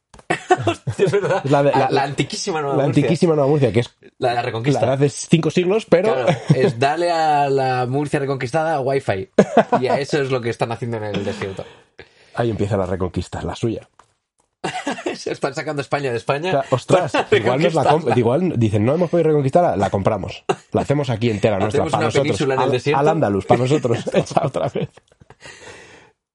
Speaker 2: Es verdad.
Speaker 1: es la de-
Speaker 2: A
Speaker 1: la-
Speaker 2: la, antiquísima Nueva
Speaker 1: La
Speaker 2: Murcia.
Speaker 1: antiquísima Nueva Murcia, que es
Speaker 2: La de la
Speaker 1: la
Speaker 2: Reconquista.
Speaker 1: de hace cinco siglos, pero
Speaker 2: Claro, es darle a la Murcia reconquistada wifi. Y a eso es lo que están haciendo en el desierto.
Speaker 1: ahí empieza la reconquista, la suya.
Speaker 2: Se están sacando España de España.
Speaker 1: O sea, ostras,
Speaker 2: para
Speaker 1: igual nos la comp-
Speaker 2: reconquistarla.
Speaker 1: igual dicen, no hemos podido reconquistarla, la compramos. La hacemos aquí entera nuestra,
Speaker 2: Hacemos
Speaker 1: para
Speaker 2: una
Speaker 1: nosotros.
Speaker 2: península en el
Speaker 1: al,
Speaker 2: desierto.
Speaker 1: al Andaluz, para nosotros. Hecha otra vez.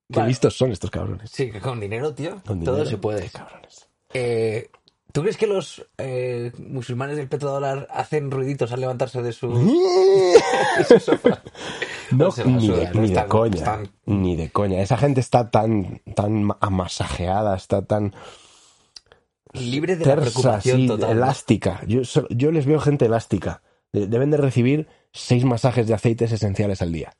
Speaker 1: Qué
Speaker 2: Vale.
Speaker 1: listos son estos cabrones.
Speaker 2: Sí, con dinero, tío.
Speaker 1: Con
Speaker 2: Todo
Speaker 1: dinero.
Speaker 2: se puede.
Speaker 1: Qué cabrones.
Speaker 2: Eh, ¿Tú crees que los eh, musulmanes del petrodólar hacen ruiditos al levantarse de su, de su sofá?
Speaker 1: No,
Speaker 2: se la
Speaker 1: ni
Speaker 2: suda,
Speaker 1: de,
Speaker 2: no
Speaker 1: ni de
Speaker 2: están-
Speaker 1: coña.
Speaker 2: están-
Speaker 1: Ni de coña. Esa gente está tan, tan ma- amasajeada, está tan
Speaker 2: Libre de la
Speaker 1: tersa,
Speaker 2: preocupación
Speaker 1: así,
Speaker 2: total.
Speaker 1: elástica. Yo, so- yo les veo gente elástica. De- Deben de recibir seis masajes de aceites esenciales al día.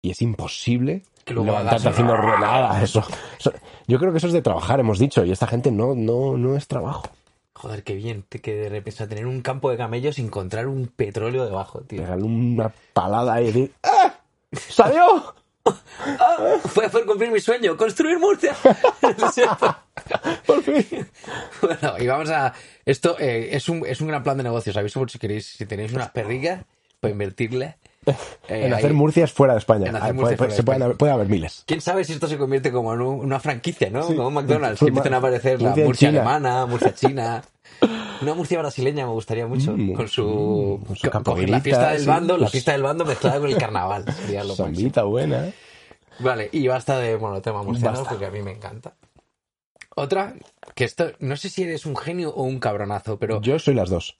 Speaker 1: Y es imposible
Speaker 2: Que luego
Speaker 1: levantarte
Speaker 2: hagas-
Speaker 1: haciendo ruelada. Eso. Eso- Yo creo que eso es de trabajar, hemos dicho. Y esta gente no, no, no es trabajo.
Speaker 2: Joder, qué bien te- que de repente o sea, tener un campo de camellos y encontrar un petróleo debajo, tío.
Speaker 1: Pegarle una palada y decir ¡Ah! ¡Salió!
Speaker 2: ¡Ah! Fue por cumplir mi sueño, construir Murcia. Sí.
Speaker 1: ¡Por fin!
Speaker 2: Eh, bueno, y vamos a. Esto eh, es, un, es un gran plan de negocio. ¿Sabéis por si queréis, si tenéis unas perricas para invertirle? eh,
Speaker 1: en
Speaker 2: ahí-
Speaker 1: hacer Murcias fuera de España.
Speaker 2: En hacer
Speaker 1: Ah,
Speaker 2: Murcias
Speaker 1: puede,
Speaker 2: fuera de
Speaker 1: se pueden
Speaker 2: España.
Speaker 1: haber- puede haber miles.
Speaker 2: ¿Quién sabe si esto se convierte como en un- una franquicia, ¿no?
Speaker 1: Sí.
Speaker 2: Como un McDonald's,
Speaker 1: Fue
Speaker 2: que empiezan a
Speaker 1: ma-
Speaker 2: aparecer la
Speaker 1: Murcia en
Speaker 2: Murcia
Speaker 1: China.
Speaker 2: alemana, Murcia china. Una Murcia brasileña me gustaría mucho,
Speaker 1: Mm,
Speaker 2: con su...
Speaker 1: mm, con su
Speaker 2: co- coger la fiesta
Speaker 1: capoeirita,
Speaker 2: del
Speaker 1: sí. pues.
Speaker 2: bando, la fiesta del bando mezclada con el carnaval. Sería lo máximo.
Speaker 1: Sambita buena. ¿eh?
Speaker 2: Vale, y basta de monotema murciano
Speaker 1: Basta.
Speaker 2: porque a mí me encanta. Otra, que esto, no sé si eres un genio o un cabronazo, pero
Speaker 1: Yo soy las dos.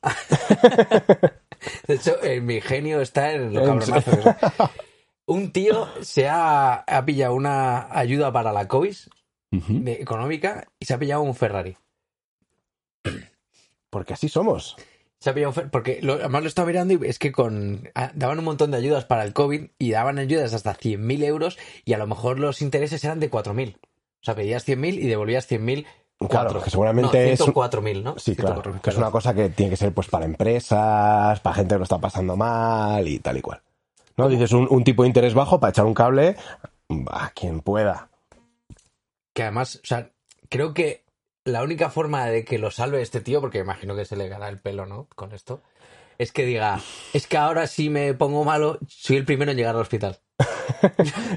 Speaker 2: de hecho eh, mi genio está en lo
Speaker 1: En
Speaker 2: cabronazo. que soy. Un tío se ha, ha pillado una ayuda para la COVID
Speaker 1: Ujú.
Speaker 2: de- económica y se ha pillado un Ferrari.
Speaker 1: Porque así somos.
Speaker 2: Se ha pillado un Fer- porque lo- además lo estaba mirando y es que con ah, daban un montón de ayudas para el COVID y daban ayudas hasta 100.000 euros y a lo mejor los intereses eran de 4.000. O sea, pedías 100.000 y devolvías 100.000.
Speaker 1: Claro, que seguramente
Speaker 2: no,
Speaker 1: es un-
Speaker 2: 104.000, ¿no?
Speaker 1: Sí, claro.
Speaker 2: 104.000,
Speaker 1: que es una cosa que tiene que ser pues para empresas, para gente que lo está pasando mal y tal y cual. ¿No? Dices un, un tipo de interés bajo para echar un cable a quien pueda.
Speaker 2: Que además, o sea, creo que la única forma de que lo salve este tío, porque imagino que se le gana el pelo, ¿no? Con esto, es que diga, es que ahora si me pongo malo, soy el primero en llegar al hospital.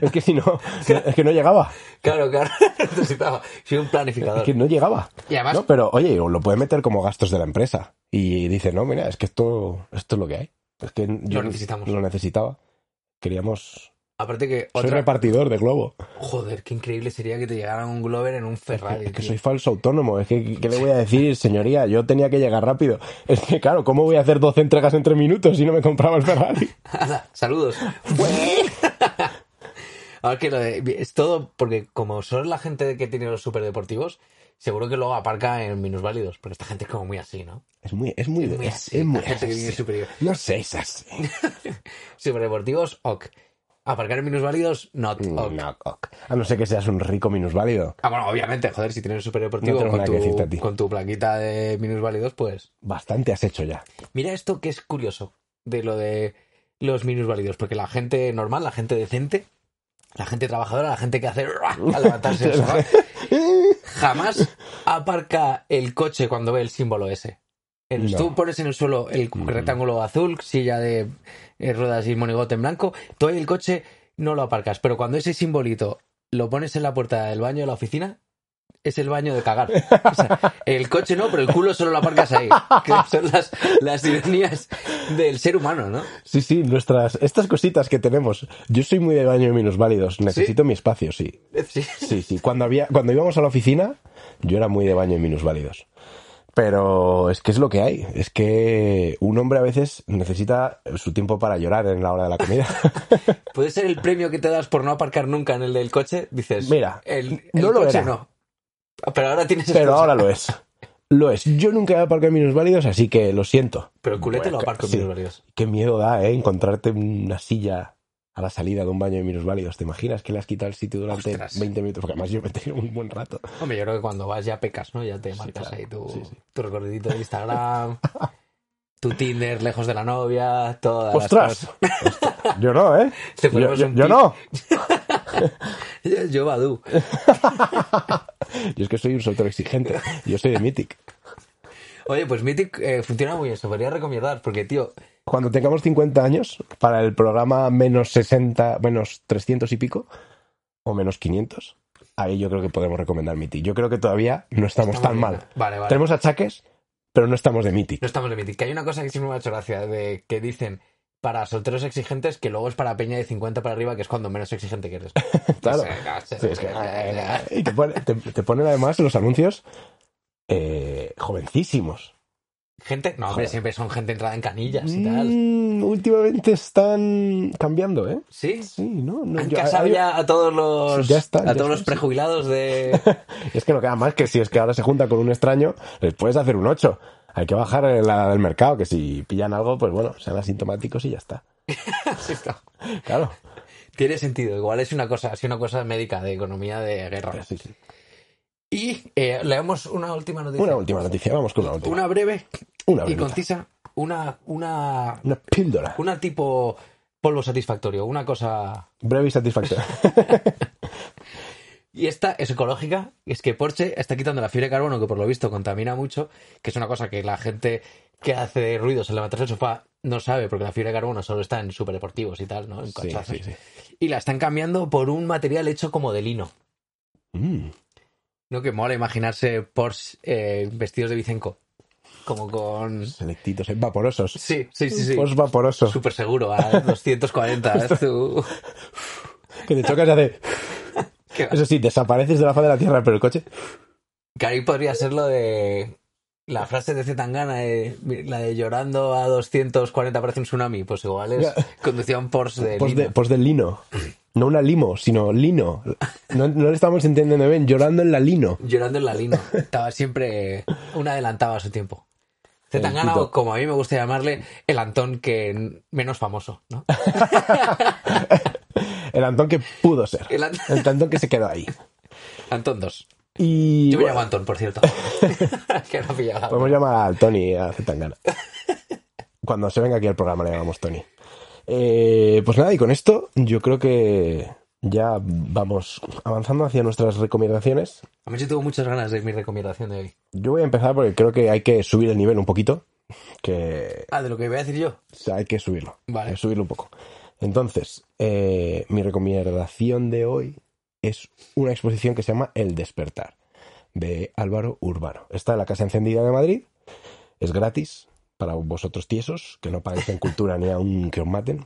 Speaker 1: Es que si no, es que no llegaba.
Speaker 2: Claro, claro, necesitaba, soy un
Speaker 1: Es
Speaker 2: planificador.
Speaker 1: que no llegaba.
Speaker 2: Y además,
Speaker 1: No, pero oye, lo puede meter como gastos de la empresa. Y dice, no, mira, es que esto, esto es lo que hay. Es que yo
Speaker 2: necesitamos.
Speaker 1: Lo necesitaba. Queríamos.
Speaker 2: aparte que
Speaker 1: Soy
Speaker 2: otra...
Speaker 1: repartidor de globo.
Speaker 2: Joder, qué increíble sería que te llegara un Glover en un Ferrari.
Speaker 1: Es que
Speaker 2: tío.
Speaker 1: soy falso autónomo. Es que, ¿qué le voy a decir, señoría? Yo tenía que llegar rápido. Es que, claro, ¿cómo voy a hacer 12 entregas en 3 minutos si no me compraba el Ferrari?
Speaker 2: Ala, Saludos. Ahora que lo de- es todo porque como son la gente que tiene los superdeportivos, seguro que luego aparca en minusválidos, porque esta gente es como muy así, ¿no?
Speaker 1: Es muy, es muy,
Speaker 2: Es muy
Speaker 1: es-
Speaker 2: así,
Speaker 1: es muy
Speaker 2: la gente que viene
Speaker 1: así.
Speaker 2: superior.
Speaker 1: No sé, es así.
Speaker 2: Superdeportivos, ok. Aparcar en minusválidos, not ok.
Speaker 1: No, ok. A no ser que seas un rico minusválido.
Speaker 2: Ah, bueno, obviamente, joder, si tienes un
Speaker 1: No
Speaker 2: superdeportivo
Speaker 1: tengo
Speaker 2: con,
Speaker 1: nada que decirte a ti.
Speaker 2: tu, con tu plaquita de minusválidos, pues...
Speaker 1: Bastante has hecho ya.
Speaker 2: Mira esto que es curioso de lo de los minusválidos, porque la gente normal, la gente decente, la gente trabajadora, la gente que hace a levantarse del sofá, jamás aparca el coche cuando ve el símbolo ese. El-
Speaker 1: No.
Speaker 2: Tú pones en el suelo el
Speaker 1: Mm.
Speaker 2: rectángulo azul, silla de eh, ruedas y monigote en blanco, tú ahí el coche no lo aparcas, pero cuando ese simbolito lo pones en la puerta del baño de la oficina, es el baño de cagar. O sea, el coche no, pero el culo solo lo aparcas ahí. Que son las, las ironías del ser humano, ¿no?
Speaker 1: Sí, sí, nuestras. Estas cositas que tenemos. Yo soy muy de baño de minusválidos. Necesito mi espacio, sí.
Speaker 2: Sí.
Speaker 1: Sí, sí. Cuando, había, cuando íbamos a la oficina, yo era muy de baño en minusválidos. Pero es que es lo que hay. Es que un hombre a veces necesita su tiempo para llorar en la hora de la comida.
Speaker 2: Puede ser el premio que te das por no aparcar nunca en el del coche. Dices,
Speaker 1: Mira,
Speaker 2: el, el
Speaker 1: no lo
Speaker 2: coche
Speaker 1: era.
Speaker 2: no. Pero ahora tienes
Speaker 1: Pero
Speaker 2: excusa.
Speaker 1: ahora lo es. Lo es. Yo nunca he aparcado en minusválidos, así que lo siento.
Speaker 2: Pero el culete
Speaker 1: Bueno,
Speaker 2: lo aparco en
Speaker 1: sí.
Speaker 2: minusválidos.
Speaker 1: Qué miedo da, ¿eh? Encontrarte una silla a la salida de un baño de minusválidos. ¿Te imaginas que le has quitado el sitio durante
Speaker 2: Ostras.
Speaker 1: 20 minutos? Porque además yo me he tenido un buen rato.
Speaker 2: Hombre, yo creo que cuando vas ya pecas, ¿no? Ya te marcas
Speaker 1: claro.
Speaker 2: ahí tu,
Speaker 1: Sí, sí.
Speaker 2: tu recorridito de Instagram, tu Tinder lejos de la novia, todas las
Speaker 1: ¡Ostras!
Speaker 2: cosas.
Speaker 1: Ostras. Yo no, ¿eh?
Speaker 2: Te
Speaker 1: Yo,
Speaker 2: ponemos
Speaker 1: yo-
Speaker 2: un
Speaker 1: yo
Speaker 2: pip.
Speaker 1: no.
Speaker 2: Yo, yo Badoo.
Speaker 1: Yo es que soy un soltero exigente. Yo soy de Mythic.
Speaker 2: Oye, pues Mythic eh, funciona muy bien, se podría recomendar, porque, tío,
Speaker 1: Cuando tengamos 50 años, para el programa menos 60, menos 300 y pico, o menos 500, ahí yo creo que podemos recomendar Mythic. Yo creo que todavía no estamos,
Speaker 2: Estamos
Speaker 1: tan
Speaker 2: bien.
Speaker 1: mal.
Speaker 2: Vale, vale.
Speaker 1: Tenemos achaques, pero no estamos de Mythic.
Speaker 2: no estamos de Mythic. Que hay una cosa que siempre me ha hecho gracia, de que dicen para solteros exigentes que luego es para peña de 50 para arriba, que es cuando menos exigente que eres.
Speaker 1: Claro.
Speaker 2: Sí,
Speaker 1: Sí, es que- y te, pone- te- te ponen además los anuncios eh, jovencísimos.
Speaker 2: Gente, no, hombre,
Speaker 1: Joder.
Speaker 2: siempre son gente entrada en canillas y tal.
Speaker 1: Mm, últimamente están cambiando, ¿eh?
Speaker 2: Sí,
Speaker 1: Sí, ¿no? no
Speaker 2: Han
Speaker 1: yo-
Speaker 2: casado
Speaker 1: hay-
Speaker 2: ya a todos los
Speaker 1: Ya está,
Speaker 2: a
Speaker 1: ya
Speaker 2: todos
Speaker 1: está,
Speaker 2: los
Speaker 1: sí.
Speaker 2: prejubilados de
Speaker 1: Es que no queda más que si es que ahora se junta con un extraño, les puedes hacer un 8. Hay que bajar la del mercado, que si pillan algo, pues bueno, sean asintomáticos y ya está.
Speaker 2: Sí, está.
Speaker 1: Claro.
Speaker 2: Ah, Tiene sentido, igual es una cosa, así una cosa médica de economía de guerra.
Speaker 1: Sí, sí.
Speaker 2: Y eh, leemos una última noticia.
Speaker 1: Una última noticia, vamos con una última.
Speaker 2: Una breve
Speaker 1: Una,
Speaker 2: y
Speaker 1: brevita.
Speaker 2: concisa. Una, una,
Speaker 1: Una píldora.
Speaker 2: una tipo polvo satisfactorio, una cosa
Speaker 1: Breve y satisfactoria.
Speaker 2: Y esta es ecológica, y es que Porsche está quitando la fibra de carbono que por lo visto contamina mucho, que es una cosa que la gente que hace ruidos en levantarse el sofá no sabe, porque la fibra de carbono solo está en superdeportivos y tal, ¿no? En
Speaker 1: sí,
Speaker 2: cochazos.
Speaker 1: sí, sí.
Speaker 2: Y la están cambiando por un material hecho como de lino.
Speaker 1: Mm.
Speaker 2: No que mola imaginarse Porsche eh, vestidos de Vicenco. Como con...
Speaker 1: Selectitos, eh, vaporosos.
Speaker 2: Sí, sí, sí, sí.
Speaker 1: Post vaporosos.
Speaker 2: Súper seguro, a 240. ¿eh? Tú-
Speaker 1: Que te chocas y hace.
Speaker 2: Qué va.
Speaker 1: Eso sí, desapareces de la faz de la tierra, pero el coche.
Speaker 2: Que ahí podría ser lo de la frase de Zetangana, de- la de llorando a 240 parece un tsunami. Pues igual es
Speaker 1: Ya.
Speaker 2: conducía un Porsche de
Speaker 1: Post, pues de-
Speaker 2: Lino.
Speaker 1: post del lino. No una limo, sino lino. No, no le estamos entendiendo bien. Llorando en la lino.
Speaker 2: llorando en la lina. Estaba siempre un adelantado a su tiempo. Zetangana,
Speaker 1: Pobrecito.
Speaker 2: o como a mí me gusta llamarle, el Antón que menos famoso, ¿no?
Speaker 1: El Antón que pudo ser.
Speaker 2: El Ant-
Speaker 1: El Antón que se quedó ahí.
Speaker 2: Antón 2.
Speaker 1: Y
Speaker 2: Yo me
Speaker 1: bueno,
Speaker 2: llamo Antón, por cierto. que no pillaba.
Speaker 1: podemos llamar al Tony eh, a Zetangana. Cuando se venga aquí al programa le llamamos Tony. Eh, pues nada, y con esto yo creo que ya vamos avanzando hacia nuestras recomendaciones.
Speaker 2: A mí sí tengo muchas ganas de mi recomendación de hoy.
Speaker 1: Yo voy a empezar porque creo que hay que subir el nivel un poquito. Que
Speaker 2: Ah, de lo que voy a decir yo.
Speaker 1: O sea, hay que subirlo.
Speaker 2: Vale.
Speaker 1: Hay que subirlo un poco. Entonces, eh, mi recomendación de hoy es una exposición que se llama El Despertar, de Álvaro Urbano. Está en la Casa Encendida de Madrid. Es gratis para vosotros tiesos, que no pagáis en cultura ni aún que os maten.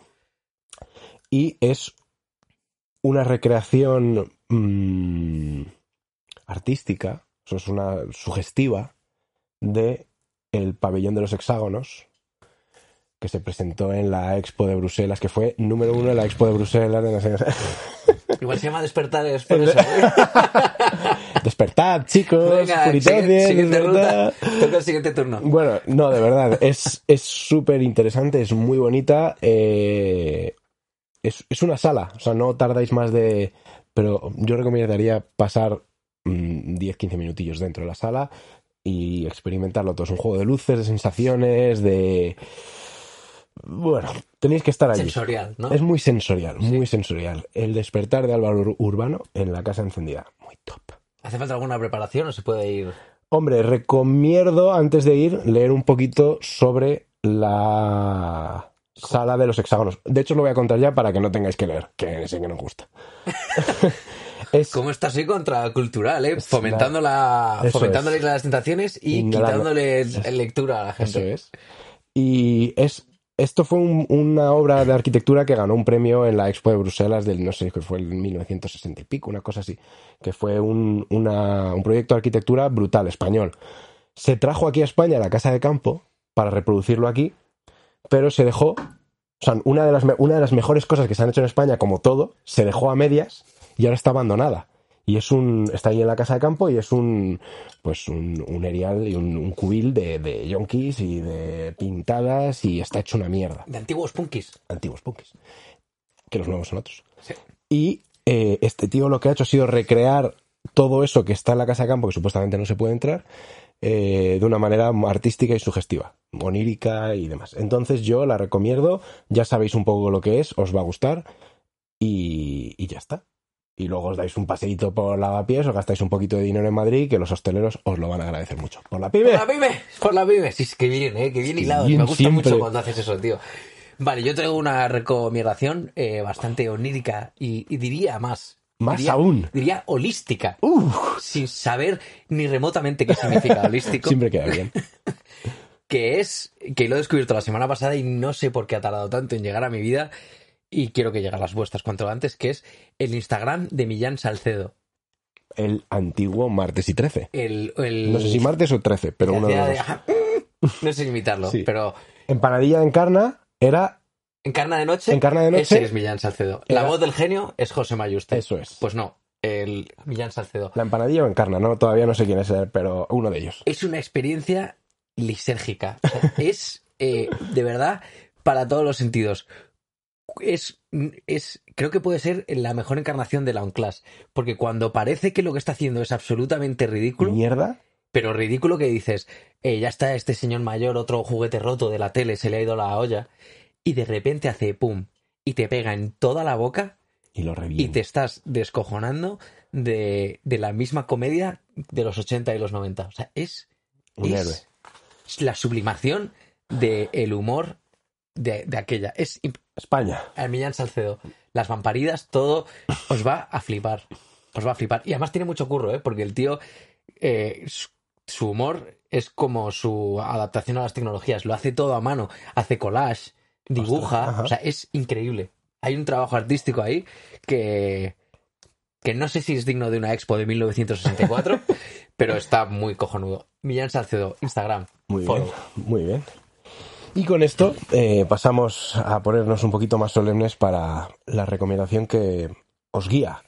Speaker 1: Y es una recreación mm, artística, o sea, es una sugestiva de el pabellón de los hexágonos que se presentó en la Expo de Bruselas, que fue número uno en la Expo de Bruselas. de no sé qué.
Speaker 2: Igual se llama Despertar, es por eso. ¿eh?
Speaker 1: Despertad, chicos,
Speaker 2: Venga,
Speaker 1: puritanos,
Speaker 2: siguiente, siguiente
Speaker 1: despertad.
Speaker 2: ruta. Toca el siguiente turno.
Speaker 1: Bueno, no, de verdad, es es súper interesante, es muy bonita. eh, es, es una sala, o sea, no tardáis más de... Pero yo recomendaría pasar mm, 10-15 minutillos dentro de la sala y experimentarlo todo. Es un juego de luces, de sensaciones, de... Bueno, tenéis que estar allí.
Speaker 2: Sensorial, ¿no?
Speaker 1: Es muy sensorial, muy sensorial. El despertar de Álvaro Ur- Urbano en la casa encendida. Muy top.
Speaker 2: ¿Hace falta alguna preparación o se puede ir?
Speaker 1: Hombre, recomiendo antes de ir leer un poquito sobre la sala de los hexágonos. De hecho, lo voy a contar ya para que no tengáis que leer, que sé que nos gusta. es
Speaker 2: ¿Cómo está así contracultural, eh? Fomentando la,
Speaker 1: Eso
Speaker 2: fomentando
Speaker 1: es.
Speaker 2: la isla de las tentaciones y
Speaker 1: Ignorando.
Speaker 2: quitándole lectura a la
Speaker 1: Eso
Speaker 2: gente.
Speaker 1: es. Y es, esto fue un- una obra de arquitectura que ganó un premio en la Expo de Bruselas del, no sé, que fue el 1960 y pico, una cosa así, que fue un, una- un proyecto de arquitectura brutal, español. Se trajo aquí a España la Casa de Campo para reproducirlo aquí, pero se dejó, o sea, una de las, me- una de las mejores cosas que se han hecho en España, como todo, se dejó a medias y ahora está abandonada. Y es un, está ahí en la casa de campo y es un, pues un, un erial y un, un cubil de, de yonkis y de pintadas y está hecho una mierda.
Speaker 2: De antiguos punkis.
Speaker 1: Antiguos punkis. Que los nuevos son otros.
Speaker 2: Sí.
Speaker 1: Y eh, este tío lo que ha hecho ha sido recrear todo eso que está en la casa de campo, que supuestamente no se puede entrar, eh, de una manera artística y sugestiva, onírica y demás. Entonces yo la recomiendo, ya sabéis un poco lo que es, os va a gustar y, y ya está. Y luego os dais un paseíto por lavapiés, os gastáis un poquito de dinero en Madrid, que los hosteleros os lo van a agradecer mucho. Por la
Speaker 2: ¡Por
Speaker 1: pibe.
Speaker 2: la pyme! ¡Por la pyme! Sí, es que bien, eh, que bien
Speaker 1: Sí,
Speaker 2: hilado.
Speaker 1: bien
Speaker 2: Me gusta
Speaker 1: siempre.
Speaker 2: mucho cuando haces eso, tío. Vale, yo traigo una recomendación eh, bastante onírica y, y diría más.
Speaker 1: Más
Speaker 2: Diría-
Speaker 1: aún.
Speaker 2: Diría holística,
Speaker 1: Uf,
Speaker 2: sin saber ni remotamente qué significa holístico.
Speaker 1: siempre queda bien.
Speaker 2: que es que lo he descubierto la semana pasada y no sé por qué ha tardado tanto en llegar a mi vida y quiero que lleguen las vuestras cuanto antes, que es el Instagram de Millán Salcedo.
Speaker 1: El antiguo martes y 13.
Speaker 2: El, el-
Speaker 1: No sé si martes o 13, pero
Speaker 2: que
Speaker 1: uno de
Speaker 2: hacía
Speaker 1: los
Speaker 2: de-
Speaker 1: dos.
Speaker 2: ajá, No sé imitarlo,
Speaker 1: Sí.
Speaker 2: pero
Speaker 1: Empanadilla de encarna era
Speaker 2: Encarna de Noche,
Speaker 1: encarna de
Speaker 2: ese es
Speaker 1: noche.
Speaker 2: Millán Salcedo.
Speaker 1: Era-
Speaker 2: La voz del genio es José Mayuste.
Speaker 1: Eso es.
Speaker 2: Pues no, el Millán Salcedo.
Speaker 1: La empanadilla o encarna, no, todavía no sé quién es, eh, pero uno de ellos.
Speaker 2: es una experiencia lisérgica. O sea, es eh, de verdad para todos los sentidos. Es, es creo que puede ser la mejor encarnación de la Unclass. Porque cuando parece que lo que está haciendo es absolutamente ridículo,
Speaker 1: ¿Mierda?
Speaker 2: pero ridículo que dices, eh, ya está este señor mayor, otro juguete roto de la tele, se le ha ido la olla, y de repente hace pum, y te pega en toda la boca,
Speaker 1: Y lo
Speaker 2: y te
Speaker 1: revienta.
Speaker 2: estás descojonando de, de la misma comedia de los 80 y los 90. O sea, es,
Speaker 1: Un
Speaker 2: es
Speaker 1: héroe.
Speaker 2: la sublimación del humor de, de aquella. Es imp-
Speaker 1: España.
Speaker 2: Millán Salcedo, las vamparidas, todo os va a flipar. Os va a flipar. Y además tiene mucho curro, ¿eh? porque el tío, eh, su, su humor es como su adaptación a las tecnologías. Lo hace todo a mano, hace collage, dibuja,
Speaker 1: ajá.
Speaker 2: o sea, es increíble. Hay un trabajo artístico ahí que, que no sé si es digno de una expo de 1964, pero está muy cojonudo. Millán Salcedo, Instagram.
Speaker 1: Muy bien,
Speaker 2: follow.
Speaker 1: muy bien. Y con esto eh, pasamos a ponernos un poquito más solemnes para la recomendación que os guía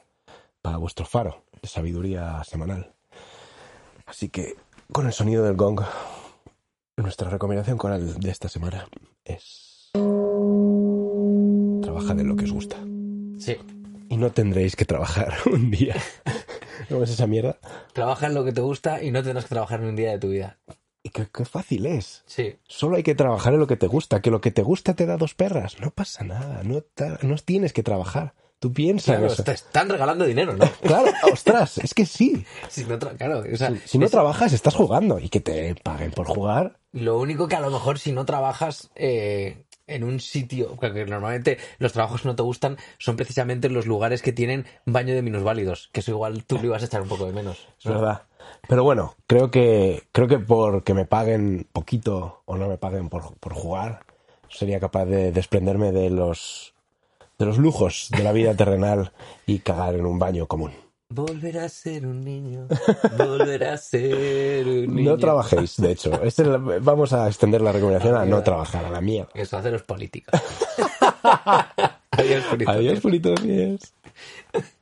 Speaker 1: para vuestro faro de sabiduría semanal. Así que con el sonido del gong, nuestra recomendación coral de esta semana es... Trabaja de lo que os gusta.
Speaker 2: Sí,
Speaker 1: Y no tendréis que trabajar un día. ¿No ves esa mierda?
Speaker 2: trabaja en lo que te gusta y no tendrás que trabajar ni un día de tu vida.
Speaker 1: Y qué- qué fácil es.
Speaker 2: Sí.
Speaker 1: Solo hay que trabajar en lo que te gusta, que lo que te gusta te da dos perras. No pasa nada, no, ta- no tienes que trabajar. Tú piensas
Speaker 2: Claro,
Speaker 1: eso.
Speaker 2: te están regalando dinero, ¿no?
Speaker 1: Claro, ostras, es que sí.
Speaker 2: Si no tra- claro, o sea,
Speaker 1: Si no
Speaker 2: es-
Speaker 1: trabajas, estás jugando y que te paguen por jugar.
Speaker 2: lo único que a lo mejor si no trabajas eh, en un sitio, porque normalmente los trabajos que no te gustan son precisamente los lugares que tienen baño de minusválidos, que eso igual tú lo ibas a echar un poco de menos.
Speaker 1: Es verdad. Pero bueno, creo que creo que porque me paguen poquito o no me paguen por, por jugar, sería capaz de desprenderme de los de los lujos de la vida terrenal y cagar en un baño común.
Speaker 2: Volver a ser un niño, volver a ser un niño.
Speaker 1: No trabajéis, de hecho. Esta es la- vamos a extender la recomendación a no trabajar, a la mierda.
Speaker 2: Eso hace los políticos. Adiós, políticos.
Speaker 1: Adiós, bonitos días.